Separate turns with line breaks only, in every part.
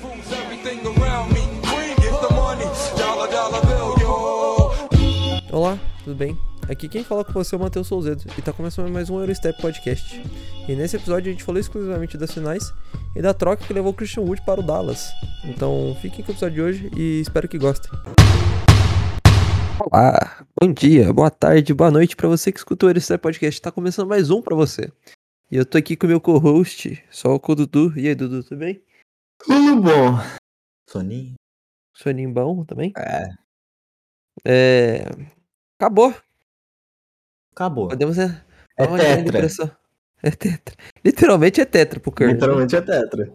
fools, everything around me. Bring it the money, dollar dollar bill, yo.
Olá, tudo bem? Aqui quem fala com você é o Matheus Souzedo e tá começando mais um Eurostep Podcast. E nesse episódio a gente falou exclusivamente das finais e da troca que levou o Christian Wood para o Dallas. Então fiquem com o episódio de hoje e espero que gostem. Olá, bom dia, boa tarde, boa noite para você que escuta o Eurostep Podcast. Tá começando mais um para você. E eu tô aqui com o meu co-host, só com o Dudu. E aí, Dudu, tudo bem?
Tudo bom. Soninho?
Soninho bom também?
É.
É... Acabou,
Acabou.
podemos... É
É tetra.
É tetra. Literalmente é tetra pro Curry.
Literalmente é tetra.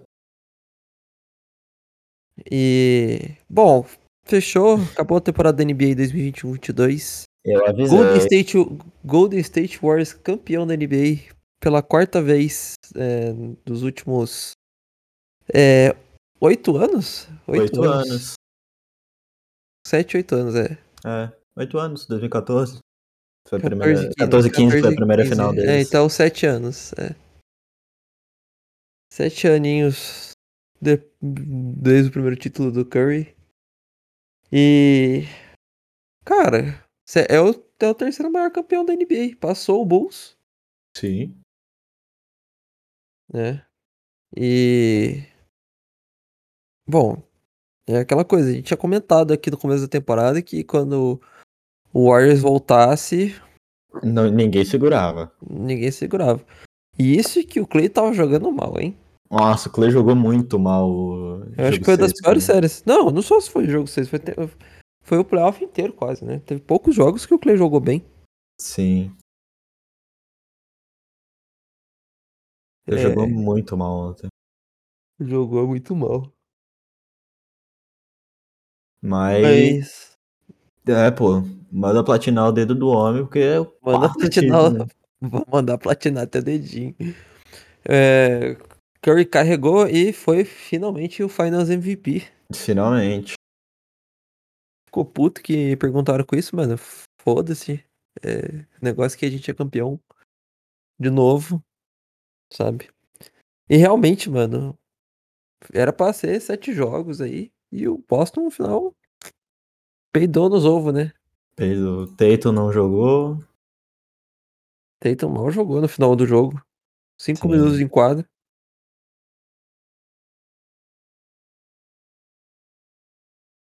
E. Bom, fechou. Acabou a temporada da NBA 2021-22.
Eu
Golden
avisei.
State, Golden State Warriors campeão da NBA pela quarta vez é, dos últimos. é, Oito anos?
Oito anos.
Sete, oito anos, é.
É. Oito anos, 2014. Foi a
14,
primeira... 14, 15, foi a primeira
15,
final deles.
É, então sete anos. É. Sete aninhos de- desde o primeiro título do Curry. E. Cara, cê- é o, é o terceiro maior campeão da NBA. Passou o Bulls,
Sim.
né? E. Bom, é aquela coisa. A gente tinha comentado aqui no começo da temporada que quando o Warriors voltasse,
Não, ninguém segurava.
Ninguém segurava. E isso que o Clay tava jogando mal, hein?
Nossa, o Clay jogou muito mal. o
Eu acho
jogo
que foi uma das
seis,
piores
né?
séries. Não, não só se foi jogo 6, foi, te- foi o playoff inteiro quase, né? Teve poucos jogos que o Clay jogou bem.
Sim. Ele
É.
jogou muito mal ontem.
Jogou muito mal.
Mas.
Mas.
É, pô. Manda platinar o dedo do homem, porque é o
Manda
quarto
platinar.
time, né?
Vou mandar platinar até o dedinho. É, Curry carregou e foi finalmente o Finals MVP.
Finalmente.
Ficou puto que perguntaram com isso, mano. Foda-se. É, negócio que a gente é campeão de novo, sabe? E realmente, mano, era pra ser sete jogos aí. E o Boston, no final, peidou nos ovos, né?
Fez O Tatum não jogou.
Tatum mal jogou no final do jogo. Cinco
Sim.
minutos em quadra. Cinco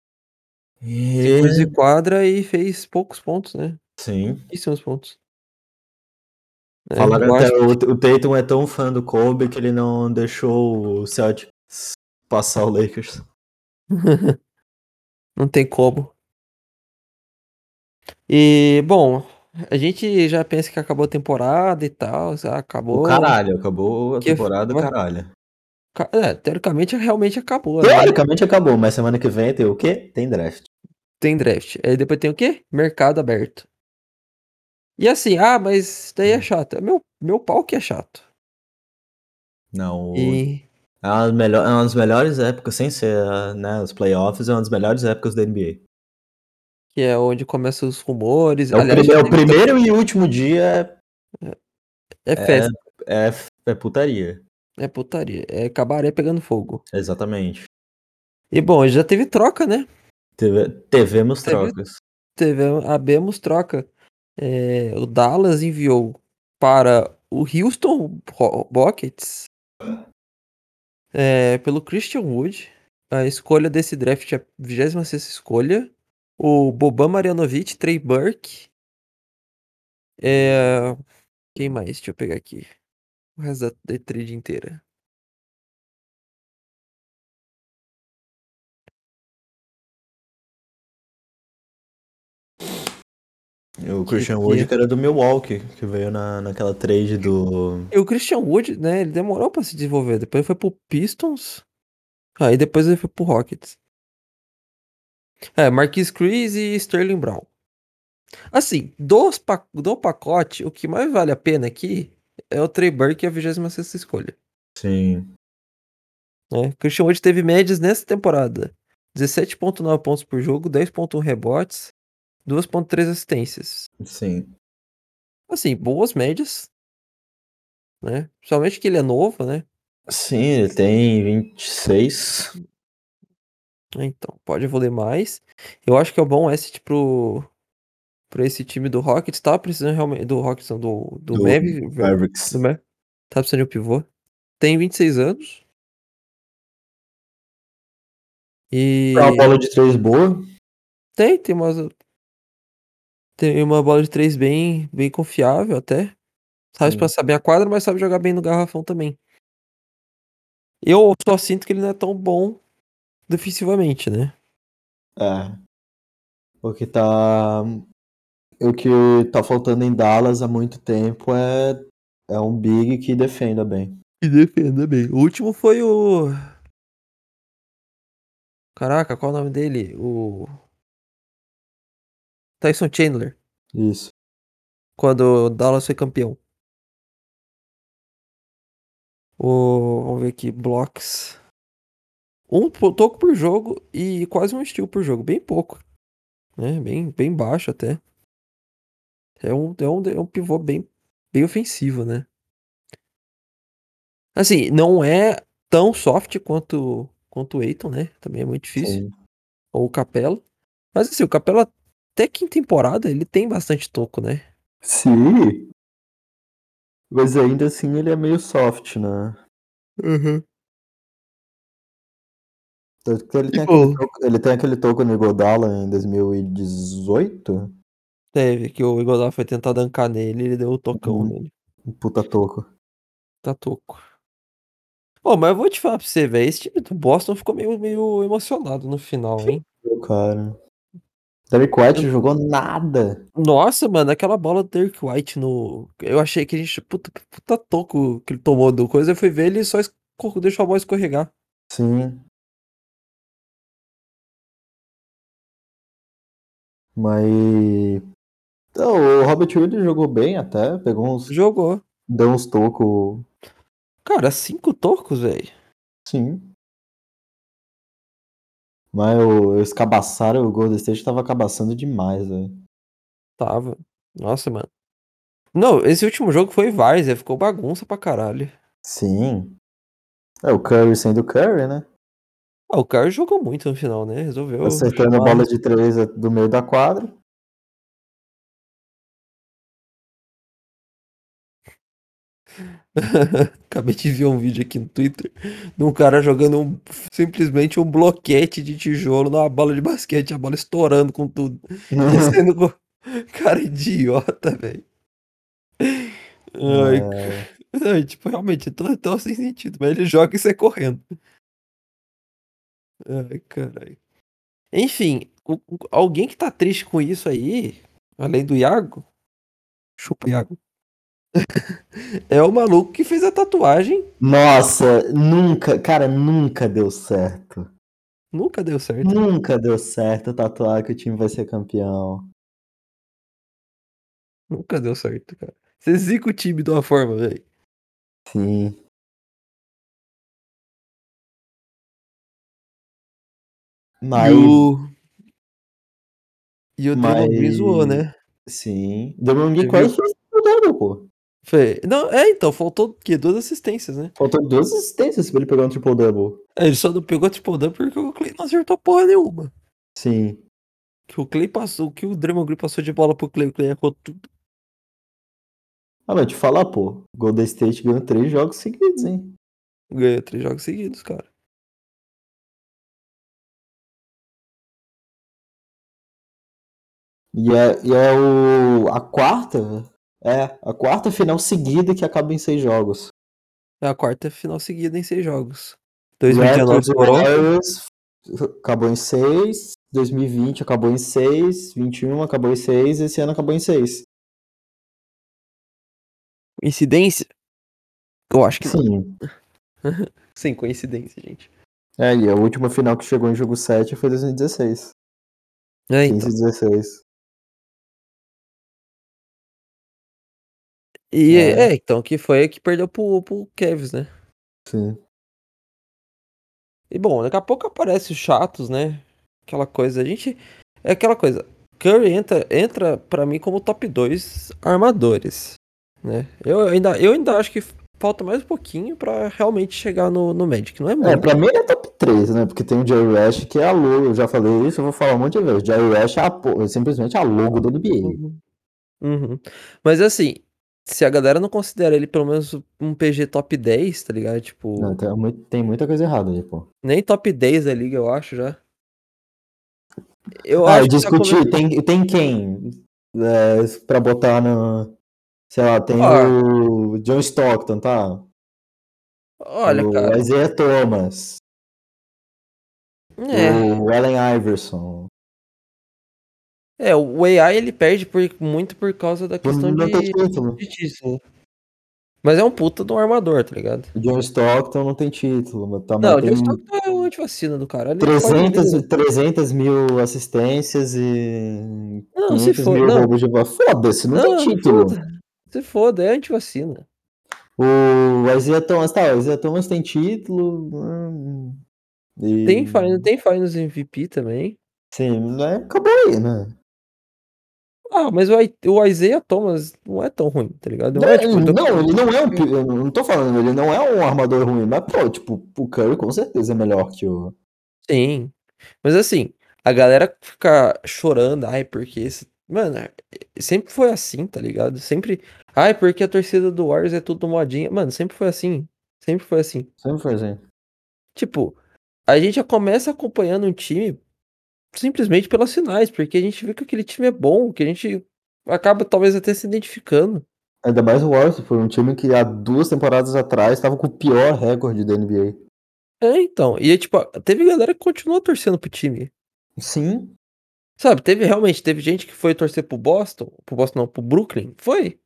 E...
minutos em quadra e fez poucos pontos, né?
Sim.
Pouquíssimos pontos. É,
Falaram
eu
até
acho-
o, o Tatum é tão fã do Kobe que ele não deixou o Celtics passar o Lakers.
Não tem como. E, bom, a gente já pensa que acabou a temporada e tal, já acabou.
O caralho, acabou a
Que
temporada,
foda.
caralho.
Ca- é, teoricamente, realmente acabou, né?
Teoricamente acabou, mas semana que vem tem o quê? Tem draft.
Tem draft. Aí depois tem o quê? Mercado aberto. E assim, ah, mas isso daí
Hum.
é chato. É meu, meu pau que é chato.
Não, o-
E,
é, uma das melhor- é uma das melhores épocas, sem ser ah, né, os playoffs, é uma das melhores épocas da NBA.
que é onde começam os rumores.
É o,
aliás,
prime- é o
tem-
primeiro e último dia
É festa,
é, f- é putaria.
é putaria. É cabaré pegando fogo.
Exatamente.
E bom, já teve troca, né?
Teve, tivemos
Teve-
trocas.
teve a Bemos troca. É, o Dallas enviou para o Houston Ro- Rockets é, pelo Christian Wood. A escolha desse draft é a 26 escolha. O Boban Marjanovic, Trey Burke. É, quem mais? Deixa eu pegar aqui. O resto da, da trade inteira.
O Christian
que-
Wood, que era do Milwaukee, que veio na, naquela trade do.
E o Christian Wood, né? Ele demorou para se desenvolver. Depois ele foi pro Pistons. Aí depois ele foi pro Rockets. É, Marquis Chris e Sterling Brown. Assim, dos pa- do pacote, o que mais vale a pena aqui é o Trey Burke e a 26 escolha.
Sim.
Né? Christian Wood teve médias nessa temporada: 17,9 pontos por jogo, 10,1 rebotes, 2,3 assistências.
Sim.
Assim, boas médias. Né? Principalmente que ele é novo, né?
Sim, ele tem 26.
É, Então, pode evoluir mais. Eu acho que é um bom asset pro, pro esse time do Rockets. Tava precisando realmente. Do Rockets, não, do, do,
Do
Mavi-
Mavericks.
do Ma- Tava precisando de um pivô. Tem 26 anos. E.
É uma bola de três boa.
Tem, tem umas. Tem uma bola de três bem, bem confiável até. Sabe
Sim.
pra saber a quadra, mas sabe jogar bem no garrafão também. Eu só sinto que ele não é tão bom defensivamente, né?
É. O que tá. O que tá faltando em Dallas há muito tempo é, é um Big que defenda bem.
E defenda bem. O último foi o. Caraca, qual é o nome dele? O. Tyson Chandler.
Isso.
Quando o Dallas foi campeão. O... Vamos ver aqui. Blocks. Um po- toco por jogo e quase um steal por jogo. Bem pouco. Né? Bem, bem baixo até. É um, é um, é um pivô bem, bem ofensivo, né? Assim, não é tão soft quanto, quanto o Eiton, né? Também é muito difícil
Sim.
ou o Capela. Mas assim, o Capela até que em temporada ele tem bastante toco, né?
Sim. Mas ainda assim ele é meio soft, né? Tanto que ele tem,
Tipo-
aquele toco, ele tem aquele toco no Godala em 2018?
Teve que o Igodala foi tentar dancar nele, ele deu o tocão
Uhum.
nele.
Um puta toco.
Tá toco. Pô, mas eu vou te falar pra você, velho. Esse time do Boston ficou meio, meio emocionado no final, hein?
Meu Cara. Derek White não jogou nada.
Nossa, mano, aquela bola do Derek White no. Eu achei que a gente. Puta, que puta toco que ele tomou do coisa. Eu fui ver ele só esco- deixou a bola escorregar.
Sim. Mas. Então, o Robert Williams jogou bem até. Pegou uns.
Jogou.
Deu uns tocos.
Cara, cinco tocos, velho.
Sim. Mas o, eles cabaçaram, o Golden State tava cabaçando demais, velho.
Tava. Nossa, mano. Não, esse último jogo foi Várzea, ficou bagunça pra caralho.
Sim. É o Curry sendo o Curry, né?
Ah, o Curry jogou muito no final, né? Resolveu.
Acertando a
chamar.
bola de três do meio da quadra.
Acabei de ver um vídeo aqui no Twitter de um cara jogando um- simplesmente um bloquete de tijolo numa bola de basquete, a bola estourando com tudo. Sendo gol. Cara idiota, velho. Ai,
É,
ai, tipo, realmente, é tão, tão sem sentido, mas ele joga e sai correndo. Ai, caralho. Enfim, o- o- alguém que tá triste com isso aí, além do Iago, chupa o Iago, é o maluco que fez a tatuagem,
Nossa, nunca, cara, nunca deu certo.
nunca deu certo.
Nunca deu certo tatuar que o time vai ser campeão.
Nunca deu certo, cara. Você zica o time de uma forma, velho.
Sim. Mas,
E o. E o
Mas-
Draymond Green zoou, né?
sim. Demon Green
Você
quase
viu?
fez o dobro, pô.
Foi. Não, é, então, faltou o quê? Duas assistências, né?
Faltou duas assistências pra ele pegar um triple-double.
É, Ele só não pegou a triple down porque o Clay não acertou porra nenhuma.
Sim.
Que o Clay passou, o que o Draymond Green passou de bola pro Clay, o Clay errou tudo.
Ah, mas te falar, pô. Golden State ganhou três jogos seguidos, hein?
Ganhou três jogos seguidos, cara.
E é, e é o, a quarta, é, a quarta final seguida que acaba em seis jogos.
É a quarta final seguida em seis jogos. 2019
Raptors e
Toronto.
Warriors acabou em 6, 2020 acabou em 6, 21 acabou em 6, esse ano acabou em 6.
Coincidência? Eu acho que não.
Sim.
Sem coincidência, gente.
É, e a última final que chegou em jogo 7 foi 2016.
É,
15
então.
e 16.
E
É.
é, então, que foi que perdeu pro, pro Cavs, né?
Sim.
E bom, daqui a pouco aparece os chatos, né? Aquela coisa, a gente. É aquela coisa. Curry entra, entra para mim como top 2 armadores, né? Eu ainda, eu ainda acho que falta mais um pouquinho pra realmente chegar no, no Magic. Não é
É,
muito.
pra mim ele é top 3, né? Porque tem o Jerry West, que é a logo. Eu já falei isso, eu vou falar um monte de vezes. Jerry West é, a po- é simplesmente a logo do NBA.
Uhum. Uhum. Mas assim, se a galera não considera ele pelo menos um PG top 10, tá ligado? Tipo,
Não, tem, mu- tem muita coisa errada aí, pô.
nem top 10 da liga, eu acho já. Eu
ah, eu
acho que tá
discuti.
come-
Tem, tem quem é, pra botar no. Sei lá, tem
Ah.
o John Stockton, tá?
Olha,
o
cara.
Isaiah Thomas.
É,
O Allen Iverson.
é, o AI ele perde por- muito por causa da questão
Não
de,
tem título.
de
né?
título. Mas é um puta de um armador, tá ligado?
O John Stockton não tem título, mas tá
Não,
mas
o
tem
John Stockton é o antivacina do cara. Ele pode-
300, e- 300 mil assistências e
Não, se
500
for.
mil
Não,
roubos de bola. Foda-se, não,
Não,
tem título.
se foda, é antivacina.
O Isaiah Thomas, tá, o Isaiah Thomas tem título. hum, e-
Tem, final- tem Finals MVP também.
Sim, né? acabou aí, né?
Ah, mas o, I- o Isaiah Thomas não é tão ruim, tá ligado?
Não,
Não é, tipo, tanto-
não, ele não é um. pi- Eu não tô falando, ele não é um armador ruim, mas, pô, tipo, o Curry com certeza é melhor que o.
Sim. Mas assim, a galera fica chorando, ai, porque esse. Mano, é- sempre foi assim, tá ligado? Sempre. Ai, porque a torcida do Warriors é tudo modinha. Mano, sempre foi assim. Sempre foi assim.
Sempre foi assim.
Tipo, a gente já começa acompanhando um time simplesmente pelas finais, porque a gente vê que aquele time é bom, que a gente acaba talvez até se identificando.
Ainda mais o Warriors, foi um time que há duas temporadas atrás estava com o pior recorde da NBA.
É, então. E é tipo, teve galera que continuou torcendo pro time.
Sim,
Sabe, teve realmente, teve gente que foi torcer pro Boston, pro Boston não, pro Brooklyn, foi.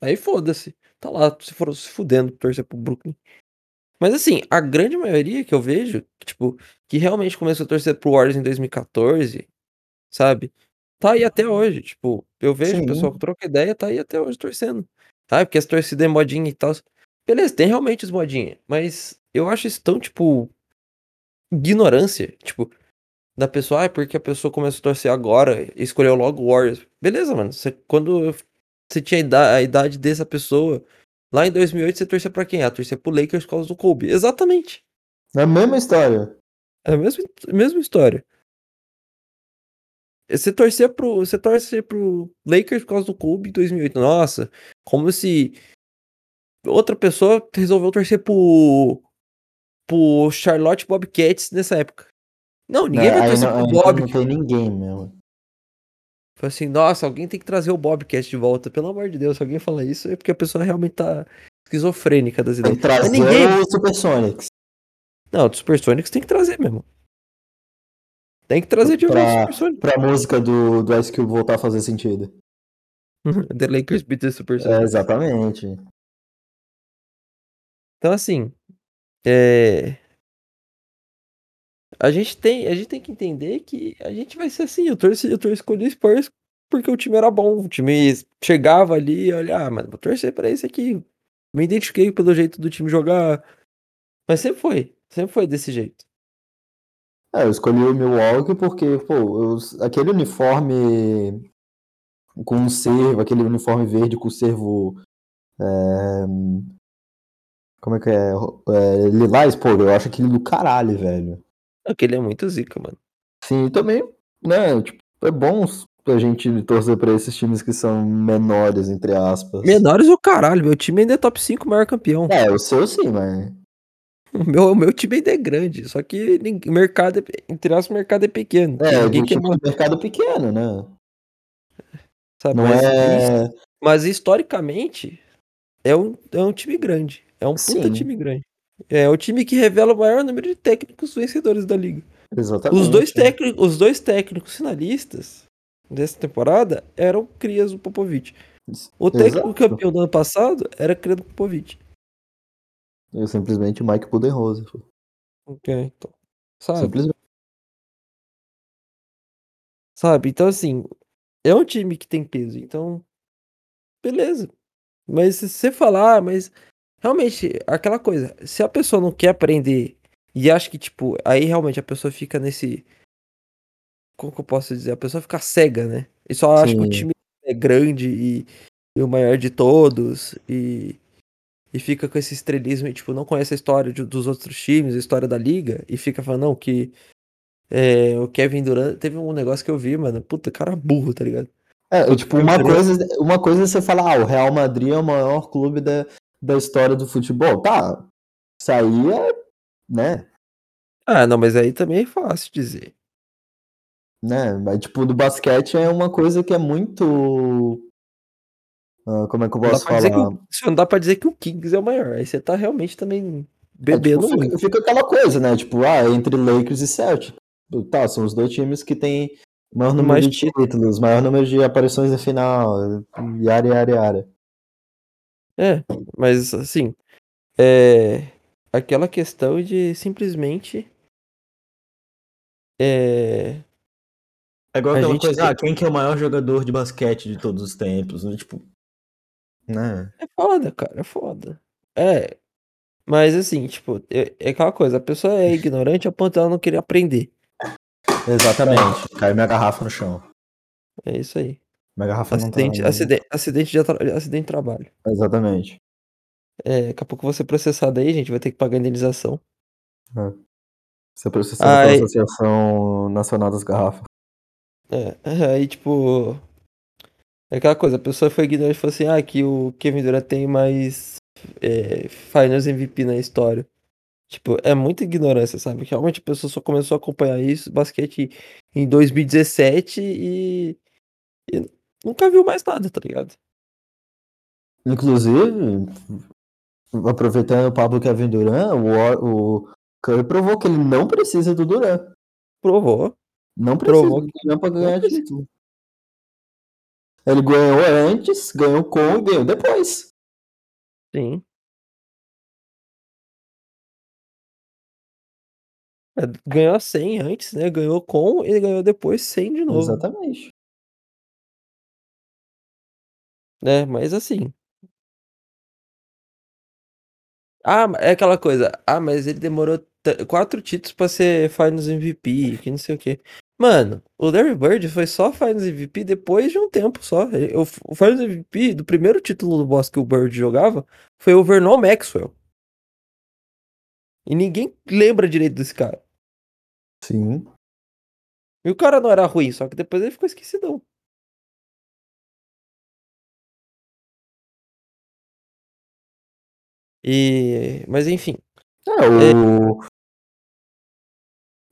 Aí foda-se. Tá lá, se foram se fudendo pra torcer pro Brooklyn. Mas assim, a grande maioria que eu vejo, tipo, que realmente começou a torcer pro Warriors em 2014, sabe? Tá aí até hoje, tipo, eu vejo o
Sim.
pessoal que troca ideia, tá aí até hoje torcendo. Tá? Porque as torcidas é modinha e tal. Beleza, tem realmente os modinha, mas eu acho isso tão, tipo, ignorância, tipo, da pessoa, ah, é porque a pessoa começou a torcer agora, e escolheu logo o Warriors. Beleza, mano, você, quando você tinha a idade, a idade dessa pessoa, lá em 2008 você torcia pra quem? Ah, torcia pro Lakers por causa do Kobe. Exatamente,
É a mesma história.
é a mesma, a mesma história. Você torcia pro, você torce pro Lakers por causa do Kobe em 2008. Nossa, como se outra pessoa resolveu torcer pro pro Charlotte Bobcats nessa época. Não, ninguém
Né?
vai
Aí
torcer
não,
pro
aí
Bob.
não tem ninguém mesmo.
Falei assim, nossa, alguém tem que trazer o Bobcat de volta. Pelo amor de Deus, se alguém falar isso é porque a pessoa realmente tá esquizofrênica das
Tem
ideias.
que trazer
Mas ninguém.
o Supersonics.
Não, do Supersonics tem que trazer mesmo. Tem que trazer de volta
Pra-
o Supersonics.
Pra música do, do Ice Cube voltar a fazer sentido.
The Lakers beat the Supersonics.
É, exatamente.
Então, assim, é... a, gente tem, a gente tem que entender que a gente vai ser assim. Eu torci, eu torci contra o Spurs porque o time era bom. O time chegava ali e olha, ah, mano, vou torcer pra esse aqui. Me identifiquei pelo jeito do time jogar. Mas sempre foi. Sempre foi desse jeito.
É, eu escolhi o Milwaukee porque, pô, eu- aquele uniforme com um cervo, aquele uniforme verde com o cervo. é, como é que é? é? Lilás, pô, eu acho aquele do caralho, velho.
Aquele é muito zica, mano.
Sim, e também, né, tipo, é bom a gente torcer pra esses times que são menores, entre aspas.
Menores é o caralho. Meu time ainda é top 5 maior campeão.
É, o seu sim, mas...
O meu, o meu time ainda é grande. Só que ninguém- o mercado, é, pe- entre aspas, o mercado é pequeno.
É,
ninguém
de
quer
tipo,
mais,
mercado pequeno, né?
sabe?
Não
Mas isso-
é...
Mas historicamente, é um, é um time grande. É um puta
Sim.
time grande. É o time que revela o maior número de técnicos vencedores da liga.
Exatamente.
Os dois, técnicos, os dois técnicos finalistas dessa temporada eram crias do Popovic. O técnico
Exato.
campeão do ano passado era cria do Popovic.
Eu simplesmente Mike Budenholzer. pô.
Ok, então. Sabe?
Simplesmente.
Sabe? Então, assim, é um time que tem peso, então. Beleza. Mas se você falar, mas. Realmente, aquela coisa, se a pessoa não quer aprender e acha que, tipo, aí realmente a pessoa fica nesse. Como que eu posso dizer? A pessoa fica cega, né? E só acha que o
Sim.
time é grande e, e o maior de todos e. e fica com esse estrelismo e, tipo, não conhece a história de- dos outros times, a história da liga, e fica falando, não, que é, o Kevin Durant. Teve um negócio que eu vi, mano. Puta, cara burro, tá ligado?
É, eu, tipo,
Eu
uma
queria-
coisa, uma coisa é você falar, ah, o Real Madrid é o maior clube da, da história do futebol. Tá, isso aí é, né,
Ah, não, mas aí também é fácil dizer.
né, mas, tipo, do basquete é uma coisa que é muito, ah, como é que eu
Não dá
posso
pra
falar?
dizer que o- só não dá pra dizer que o Kings é o maior. Aí você tá realmente também
É,
bebendo
tipo,
muito.
fica, fica aquela coisa, né, tipo, ah, entre Lakers e Celtic. Tá, são os dois times que têm maior número
Mas-
de títulos, maior número de aparições na final, e área, área, área.
É, mas assim, é aquela questão de simplesmente é,
É igual
A
aquela
gente
coisa,
tem-
ah, quem que é o maior jogador de basquete de todos os tempos? né? Tipo. Né?
é foda, cara, é foda. É, mas assim, tipo, é, é aquela coisa, a pessoa é ignorante a ponto de ela não querer aprender.
Exatamente. Caiu minha garrafa no chão.
É isso aí.
Minha garrafa
Acidente,
não tá.
acidente, acidente, de atra- acidente de trabalho.
Exatamente.
É, daqui a pouco você processado aí, gente, vai ter que pagar indenização.
Você é processado pela
Ai.
Associação Nacional das Garrafas.
É, aí tipo. É aquela coisa, a pessoa foi ignorante e falou assim: ah, que o Kevin Durant tem mais é, Finals MVP na história. Tipo, é muita ignorância, sabe? Que Realmente a pessoa só começou a acompanhar isso, basquete em 2017 e, e nunca viu mais nada, tá ligado?
Inclusive, aproveitando o Pablo Kevin Durant, o, War- o Curry provou que ele não precisa do Durant.
Provou.
Não precisa
Provou
do Durant pra ganhar
precisa.
título. Ele ganhou antes, ganhou com e ganhou depois.
Sim. É, ganhou 100 antes, né? Ganhou com e ganhou depois 100 de novo.
Exatamente.
né? Mas assim. Ah, ma- é aquela coisa. Ah, mas ele demorou ta- quatro títulos pra ser Finals MVP, que não sei o quê. Mano, o Larry Bird foi só Finals MVP depois de um tempo só. Ele- O, f- o Finals MVP do primeiro título do Boston que o Bird jogava foi o Vernon Maxwell. E ninguém lembra direito desse cara.
Sim.
E o cara não era ruim, só que depois ele ficou esquecidão. E... Mas enfim.
É, o.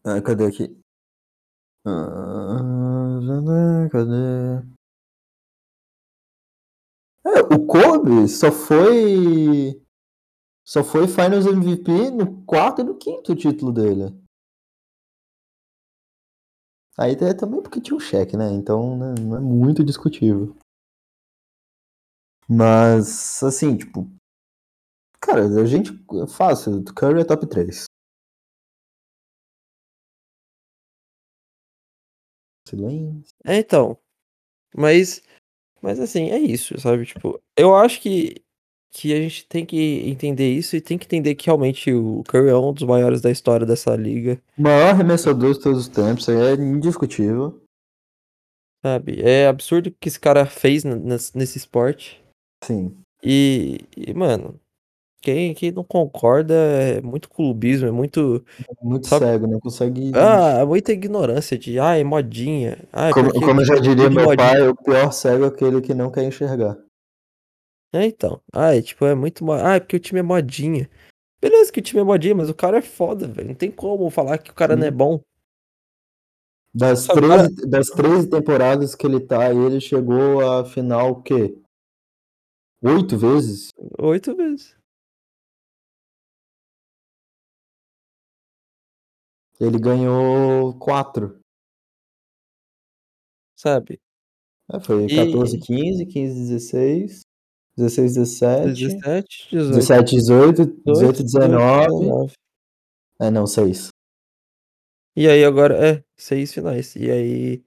Ah, cadê aqui? Ah, Cadê? É, o Kobe só foi. Só foi Finals MVP no quarto e no quinto título dele. Aí é também porque tinha um cheque, né? Então né, não é muito discutível. Mas, assim, tipo, Cara, a gente. é Fácil, o Curry é top 3. Silêncio.
É, então. Mas, mas assim, é isso, sabe? Tipo, eu acho que, que a gente tem que entender isso e tem que entender que realmente o Curry é um dos maiores da história dessa liga,
O Maior arremessador de todos os tempos, isso aí é indiscutível.
sabe? É absurdo o que esse cara fez n- nes- nesse esporte.
Sim.
E, e, mano, quem, quem não concorda é muito clubismo, é muito.
Muito
Sabe-
cego, não consegue.
Ah, é muita ignorância de. Ah, é modinha. Ah, é
como,
porque
como eu já diria
clube
meu
modinha.
pai, o pior cego é aquele que não quer enxergar.
É, então. Ah, é, tipo, é muito. mo- Ah, é porque o time é modinha. Beleza que o time é modinha, mas o cara é foda, velho. Não tem como falar que o cara não é
Sim.
bom.
Das
Sabe, é?
13, das 13 temporadas que ele tá aí, ele chegou à final o quê? Oito vezes?
Oito vezes.
Ele ganhou quatro.
Sabe?
É, foi
E-
14, 15, 15, 16, 16,
É
17.
17, 18,
17, 18, 18,
18,
19.
19.
É, não, 6.
E aí agora. É, seis finais. E aí.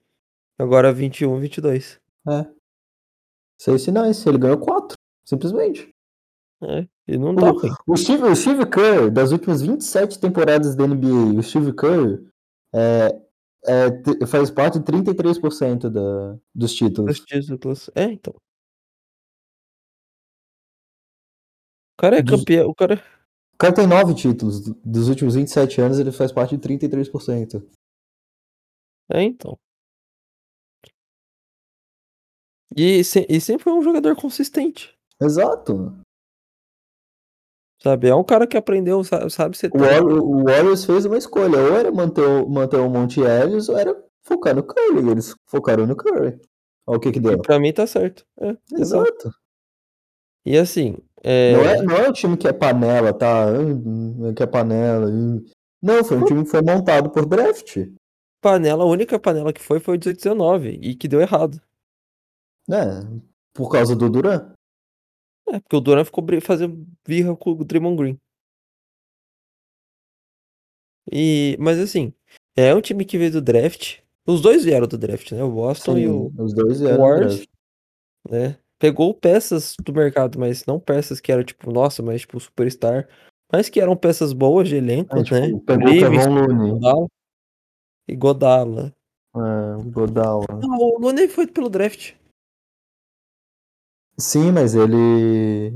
Agora 21, 22.
É. 6 sinais. Ele ganhou 4, simplesmente.
É. E não tá ruim.
O Steve, o Steve Kerr, das últimas 27 temporadas da NBA, o Steve Kerr é, é, t- faz parte de 33% da, dos títulos.
Dos títulos. É, então. O cara é
Dos-
campeão, o cara
O cara tem nove títulos. do- Dos últimos 27 anos, ele faz parte de 33%.
É, então. E, se- e sempre foi um jogador consistente,
Exato.
sabe? É um cara que aprendeu, sa- sabe, tá ser
O Warriors, o Warriors fez uma escolha. Ou era manter o, manter o Monte Ellis, ou era focar no Curry. Eles focaram no Curry. Olha o que que
E
deu.
pra mim tá certo. É, exato.
Exato.
E assim, é,
Não, é, não é um time que é panela, tá? Hum, hum, Que é panela. hum. Não, foi um time que foi montado por draft.
panela, a única panela que foi foi 18-19 e que deu errado.
Né? Por causa do Duran.
É, porque o Duran ficou bri- fazendo birra com o Draymond Green. E, mas assim, é um time que veio do draft. Os dois vieram do draft, né? O Boston e o,
Os dois vieram do
Warriors,
draft.
né? Pegou peças do mercado, mas não peças que eram tipo, nossa, mas tipo superstar, mas que eram peças boas de elenco,
É, tipo,
né?
pegou o
Davis,
Kevon Looney.
Godala e Godala.
É, Godala.
Não, o Lune foi pelo draft.
Sim, mas ele.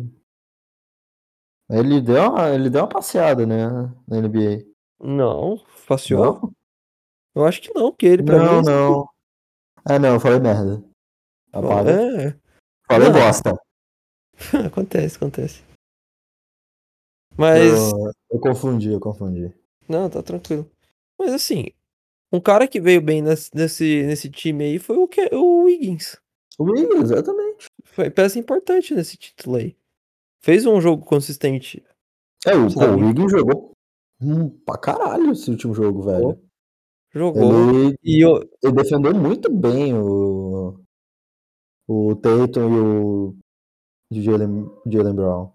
Ele deu, uma, ele deu uma passeada, né? Na NBA.
Não, passeou?
Não?
Eu acho que não, porque ele pra
Não,
mim
não. Ah, não, eu falei merda. Apaga.
É,
Falei
Não.
bosta.
acontece, acontece. Mas
Eu, eu confundi, eu confundi.
não, tá tranquilo. Mas assim, um cara que veio bem nas- nesse, nesse time aí foi o Ke- o Wiggins.
O Wiggins, exatamente.
Foi peça importante nesse título aí. Fez um jogo consistente.
É, o, pô, o
Sabe?
Wiggins jogou hum, pra caralho esse último jogo, velho.
Jogou.
Ele,
E eu,
ele defendeu muito bem o. O Tatum e o. Jalen Jalen Brown.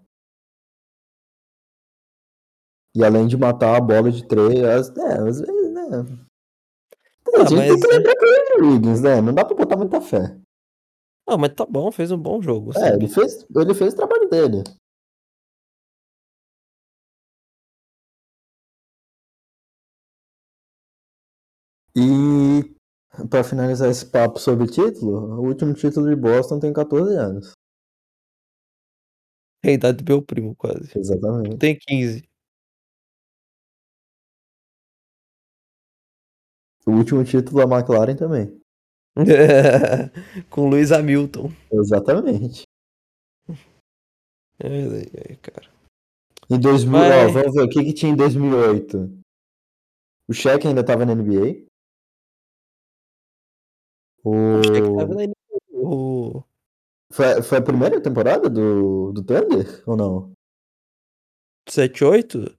E além de matar a bola de três, as- é, às vezes, né? Pô, a
Ah,
gente tem
mas-
que lembrar que ele é o Wiggins, né? Não dá pra botar muita fé.
Ah, mas tá bom, fez um bom jogo.
É,
sabe?
ele fez, ele fez o trabalho dele. E pra finalizar esse papo sobre título, o último título de Boston tem 14 anos.
É a idade do meu primo, quase.
Exatamente.
Tem 15.
O último título da McLaren também.
Com o Luiz Hamilton.
Exatamente.
Ai, ai, É, cara.
Em 2000,
Mas-
ó, vamos ver o que que tinha em 2008. O Shaq ainda tava na NBA. O...
Achei que tava na NBA. O-
Foi, foi a primeira temporada do, do Thunder ou não?
7-8?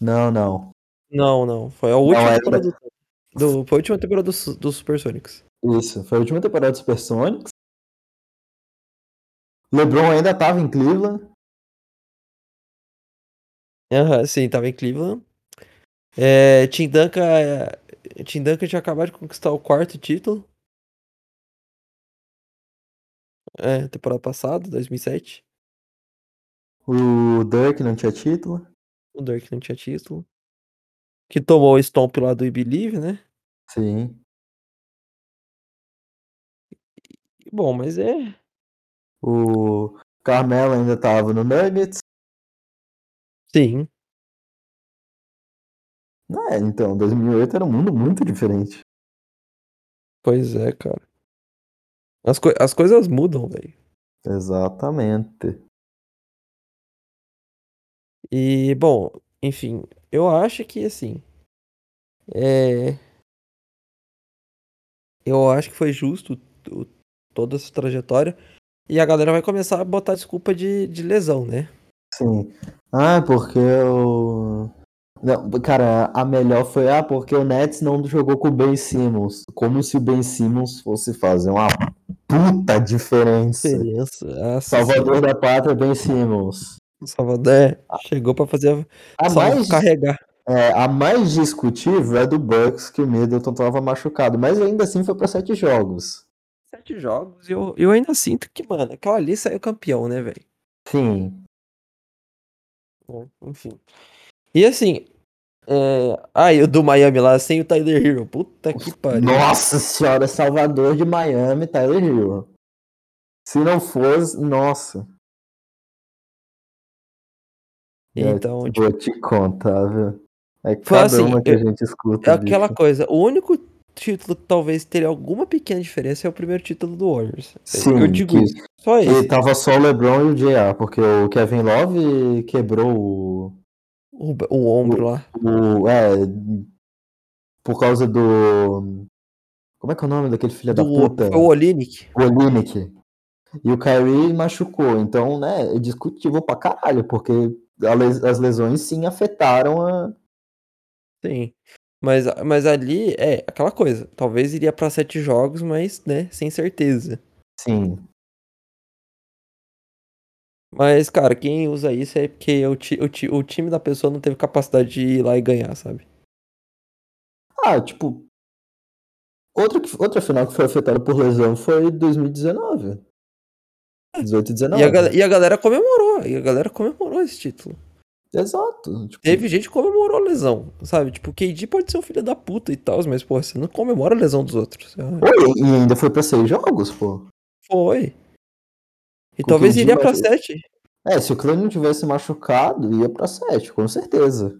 Não, não.
Não, não. Foi a última
era-
temporada do... do- Foi a última temporada do, Su- do Supersonics.
Isso. Foi a última temporada do Supersonics. LeBron ainda tava em Cleveland.
Aham, sim, tava em Cleveland. É, Tim Duncan. é, Tim Duncan tinha acabado de conquistar o quarto título. É, temporada passada, 2007.
O Dirk não tinha título.
O Dirk não tinha título. Que tomou o stomp lá do I Believe, né?
Sim.
E, Bom, mas é.
O Carmelo ainda tava no Nuggets.
Sim.
É, então, 2008 era um mundo muito diferente.
Pois é, cara. As, coi- as coisas mudam, velho.
Exatamente.
E, bom, enfim, eu acho que assim. É. Eu acho que foi justo o- toda essa trajetória. E a galera vai começar a botar desculpa de, de lesão, né?
Sim. Ah, porque o... Não, cara, a melhor foi, ah, porque o Nets não jogou com o Ben Simmons. Como se o Ben Simmons fosse fazer uma puta diferença.
Diferença. Ah,
Salvador da Pátria, Ben Simmons.
Salvador. É, chegou pra fazer. a-
A
só
mais,
carregar.
é, a mais discutível é do Bucks, que o Middleton tava machucado. Mas ainda assim foi pra sete jogos.
Sete jogos. E eu, eu ainda sinto que, mano, aquela ali saiu campeão, né, velho?
Sim.
Bom, Enfim. E assim. É... Ah, e o do Miami lá sem o Tyler Hero. Puta que pariu.
Nossa senhora, Salvador de Miami, Tyler Hill. Se não fosse, nossa.
Então,
eu
tipo,
vou te contar, viu? É
Foi
cada
assim,
uma que
eu-
a gente escuta.
é aquela
bicho.
coisa. O único título que talvez teria alguma pequena diferença é o primeiro título do Warriors.
Sim,
eu digo
que- é
isso. Só
E
esse.
tava só o LeBron e o JR, porque o Kevin Love quebrou o.
O, o ombro lá.
o- é. Por causa do. Como é que é o nome daquele filho da
Do,
puta?
foi o Olinick.
O Olinick. E o Kyrie machucou. Então, né, é discutível pra caralho, porque a les- as lesões sim afetaram a.
Sim. Mas, mas ali é aquela coisa. Talvez iria pra sete jogos, mas, né, sem certeza.
Sim.
Mas, cara, quem usa isso é porque o, ti- o, ti- o time da pessoa não teve capacidade de ir lá e ganhar, sabe?
Ah, tipo. Outra, que- outra final que foi afetada por lesão foi 2019. 18 e 19.
E a, gal- e a galera comemorou. E a galera comemorou esse título.
Exato. Tipo,
Teve gente que comemorou a lesão, sabe? Tipo, o KD pode ser um filho da puta e tal, mas, pô, você não comemora a lesão dos outros. sabe?
Oi, e ainda foi pra seis jogos, pô.
Foi. E
Com
talvez
KD
iria pra
mais-
sete.
É, se o Clay não tivesse machucado, ia pra sete, com certeza.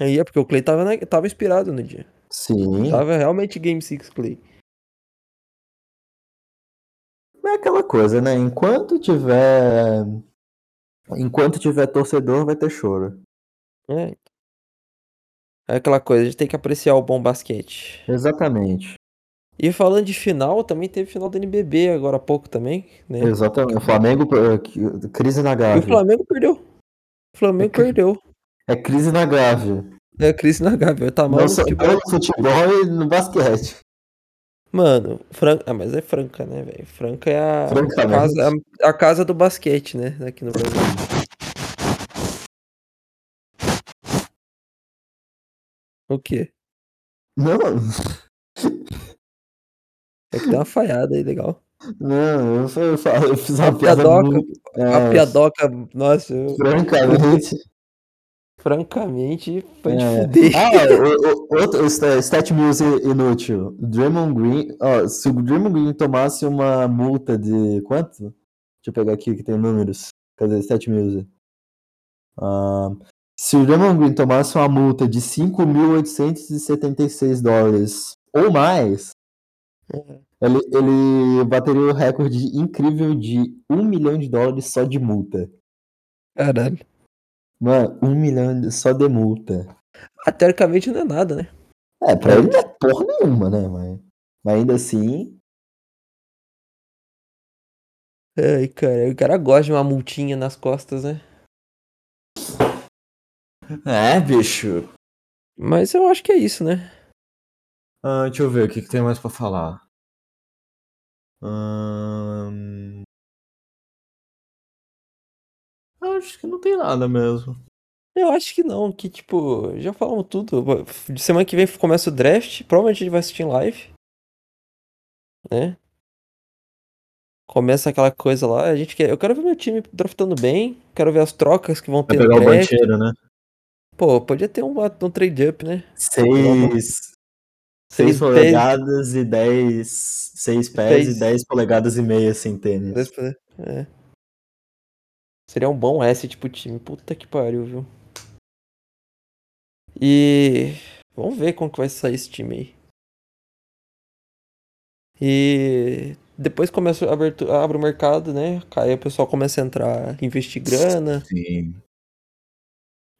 Aí é porque o Clay tava, na- tava inspirado no dia.
Sim.
Tava realmente Game 6 Clay.
Mas É aquela coisa, né? Enquanto tiver. Enquanto tiver torcedor, vai ter choro.
É. É aquela coisa, a gente tem que apreciar o bom basquete.
Exatamente.
E falando de final, também teve final do NBB agora há pouco também, né?
Exatamente. O Flamengo. eh, que- Crise na
E o
Gávea.
Flamengo perdeu. O Flamengo
Ok.
perdeu.
É crise na Gávea.
É a crise na Gávea, tá mal
Não
no
só
futebol.
no futebol e no basquete.
Mano, Franca... Ah, mas é Franca, né, velho? Franca é a... a,
Francamente.
casa... a casa do basquete, né? Aqui no Brasil. O quê?
Não,
É que tem uma falhada aí, legal.
não, eu, fa- eu fa- eu fiz uma
A
piada.
piadoca,
muito-
A
é,
piadoca, nossa, eu-
Francamente.
francamente, foi de
É.
fuder.
Ah, o- o- outro sta- stat news i- inútil. Draymond Green, ó, se o Draymond Green tomasse uma multa de quanto? Deixa eu pegar aqui que tem números. Cadê stat news? Ah, se o Draymond Green tomasse uma multa de 5.876 dólares ou mais, ele, ele bateria o recorde incrível de 1 milhão de dólares só de multa.
Caralho.
Mano, 1 milhão de- só de multa.
Ah, teoricamente não é nada, né?
É, pra ele não é porra nenhuma, né, mas, mas ainda assim,
Ai, cara, o cara gosta de uma multinha nas costas, né?
é, bicho.
Mas eu acho que é isso, né?
Ah, deixa eu ver o que, que tem mais pra falar. Ahn, Acho que não tem nada mesmo.
Eu acho que não, que tipo, já falamos tudo. De Semana que vem começa o draft, provavelmente a gente vai assistir em live. Né? Começa aquela coisa lá, a gente quer, eu quero ver meu time draftando bem, quero ver as trocas que vão ter
Vai
no
pegar o
draft.
bancheiro, né?
Pô, podia ter um, um trade up, né?
Seis,
Seis
seis
pés.
polegadas e dez, seis pés
Seis.
e dez polegadas e meia sem tênis.
Dois pra- é. Seria um bom S tipo time. Puta que pariu, viu? E vamos ver como que vai sair esse time aí. E depois começa a abertura, abre o mercado, né? Aí o pessoal começa a entrar, investir grana,
Sim.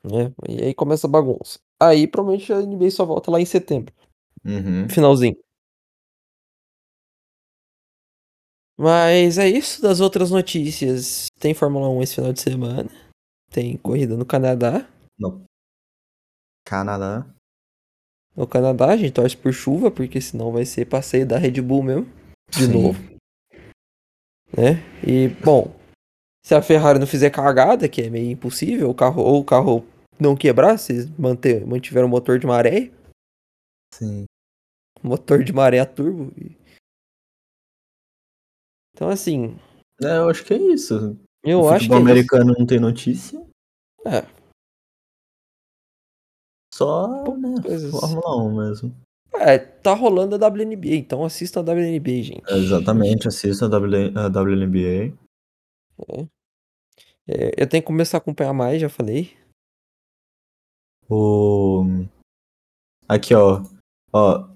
né? E aí começa a bagunça. Aí provavelmente a NBA só volta lá em setembro,
Uhum.
finalzinho. Mas é isso das outras notícias. Tem Fórmula 1 esse final de semana. Tem corrida no Canadá.
Canadá.
No Canadá a gente torce por chuva, porque senão vai ser passeio da Red Bull mesmo. De
Sim.
novo. Né? E, bom, se a Ferrari não fizer cagada, que é meio impossível, o carro, ou o carro não quebrar, se manter, mantiver o motor de maré,
Sim.
motor de maré a turbo. e- Então, assim,
É, eu acho que é isso.
eu
o
acho que.
futebol
é isso.
americano não tem notícia.
É.
Só, né,
coisas.
Fórmula 1 mesmo.
É, tá rolando a WNBA, então assista a WNBA, gente.
É,
Exatamente, assista a, WL a WNBA.
É, eu tenho que começar a acompanhar mais, já falei.
O... Aqui, ó. ó.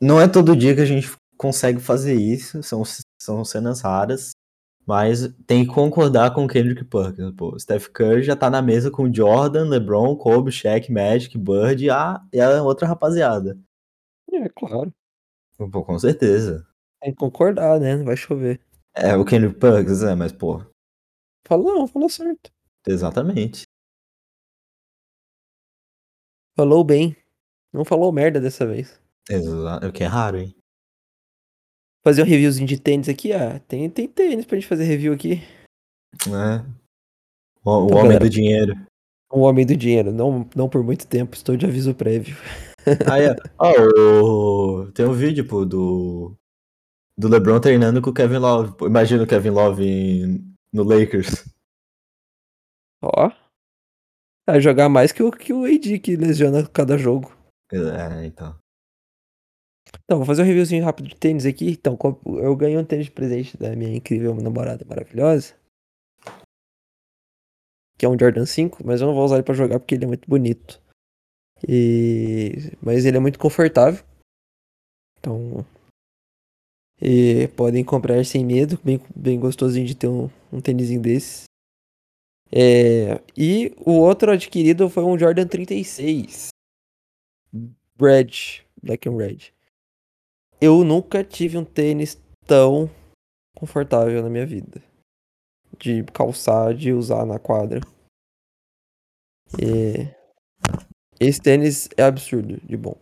Não é todo dia que a gente consegue fazer isso, são, são cenas raras, mas tem que concordar com o Kendrick Perkins, pô. Steph Curry já tá na mesa com o Jordan, LeBron, Kobe, Shaq, Magic, Bird e a, e a outra rapaziada.
É, claro.
Pô, com certeza.
Tem que concordar, né? Não vai chover.
É, o Kendrick Perkins, é, mas, pô,
Falou, não, falou certo.
exatamente.
Falou bem. Não falou merda dessa vez.
Exa- O que é raro, hein?
Fazer um reviewzinho de tênis aqui? Ah, tem, tem tênis pra gente fazer review aqui.
É. O, o
Então,
homem
galera.
do dinheiro.
O Um Homem do Dinheiro. Não, não por muito tempo, estou de aviso prévio.
Aí, ó, ó, o- tem um vídeo, pô, do, do LeBron treinando com o Kevin Love. Pô, imagina o Kevin Love em- no Lakers.
Ó. Vai jogar mais que o, que o AD que lesiona cada jogo.
É, então.
Então, vou fazer um reviewzinho rápido de tênis aqui. Então, co- eu ganhei um tênis de presente da minha incrível namorada maravilhosa. Que é um Jordan 5, mas eu não vou usar ele pra jogar porque ele é muito bonito. E... Mas ele é muito confortável. Então. E podem comprar sem medo. Bem, bem gostosinho de ter um, um tênisinho desses. É, E o outro adquirido foi um Jordan 36. Red. Black and Red. Eu nunca tive um tênis tão confortável na minha vida. De calçar, de usar na quadra. E esse tênis é absurdo de bom.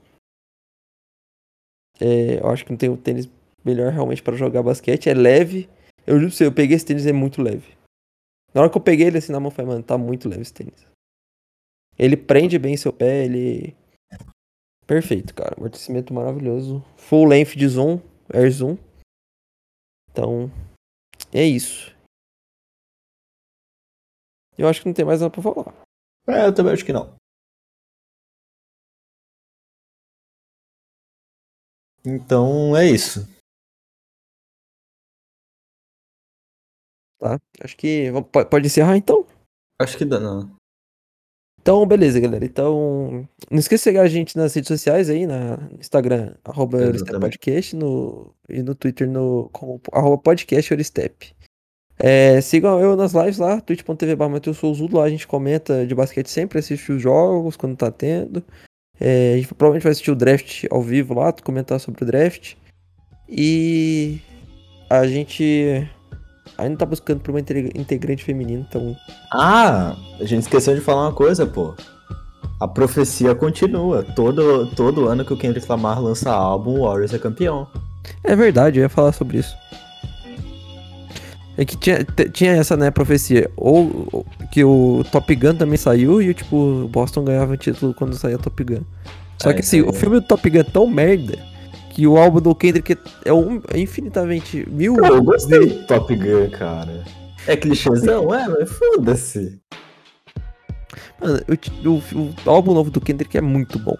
É, eu acho que não tem um tênis melhor realmente para jogar basquete. É leve. Eu juro pra você, eu peguei esse tênis e é muito leve. Na hora que eu peguei ele assim na mão, eu falei, mano, tá muito leve esse tênis. Ele prende bem seu pé, ele Perfeito, cara. Amortecimento maravilhoso. Full length de zoom, air zoom. Então, é isso. Eu acho que não tem mais nada pra falar.
É, eu também acho que não. Então é isso.
Tá? Acho que vamos- po- pode encerrar então.
Acho que dá, não.
Então, beleza, galera. Então, não esqueça de seguir a gente nas redes sociais aí, na no Instagram, arroba
Exatamente.
Eurostep Podcast, no, e no Twitter, no como, arroba podcast Eurostep. É, sigam eu nas lives lá, twitch.tv barra Matheus Souzudo, lá a gente comenta de basquete sempre, assiste os jogos quando tá tendo. É, a gente provavelmente vai assistir o draft ao vivo lá, comentar sobre o draft. E a gente ainda tá buscando por uma integra- integrante feminina, então
Ah, a gente esqueceu de falar uma coisa, pô. A profecia continua. Todo, todo ano que o Kendrick Lamar lança álbum, o Warriors é campeão.
É verdade, eu ia falar sobre isso. É que tinha, te- tinha essa, né, profecia. Ou, ou que o Top Gun também saiu e, tipo, o Boston ganhava o título quando saía Top Gun. Só
É,
que, assim,
então-
o filme do Top Gun é tão merda que o álbum do Kendrick é um, é infinitamente mil...
Pô, eu gostei do Top Gun, cara. É clichêzão, é, mas foda-se.
Mano, o ti- o, o álbum novo do Kendrick é muito bom.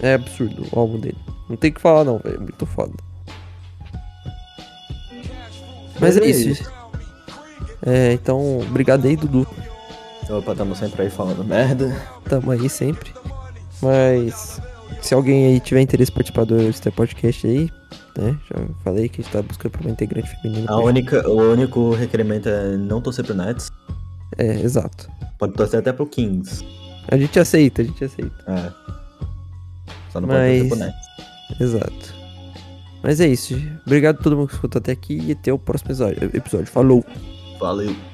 É absurdo o álbum dele. Não tem o que falar, não, velho. É muito foda. Mas é isso. É, então, obrigado aí, Dudu.
Opa, estamos sempre aí falando merda.
Tamo aí sempre. Mas se alguém aí tiver interesse em participar do Step Podcast aí, né? Já falei que a gente tá buscando por uma integrante feminina.
A única, o único requerimento é não torcer pro Nets.
É, exato.
Pode torcer até pro Kings.
A gente aceita, a gente aceita.
É. Só não
Mas-
pode torcer pro Nets.
Exato. Mas é isso. Obrigado a todo mundo que escutou até aqui e até o próximo episódio. episódio. Falou!
Valeu.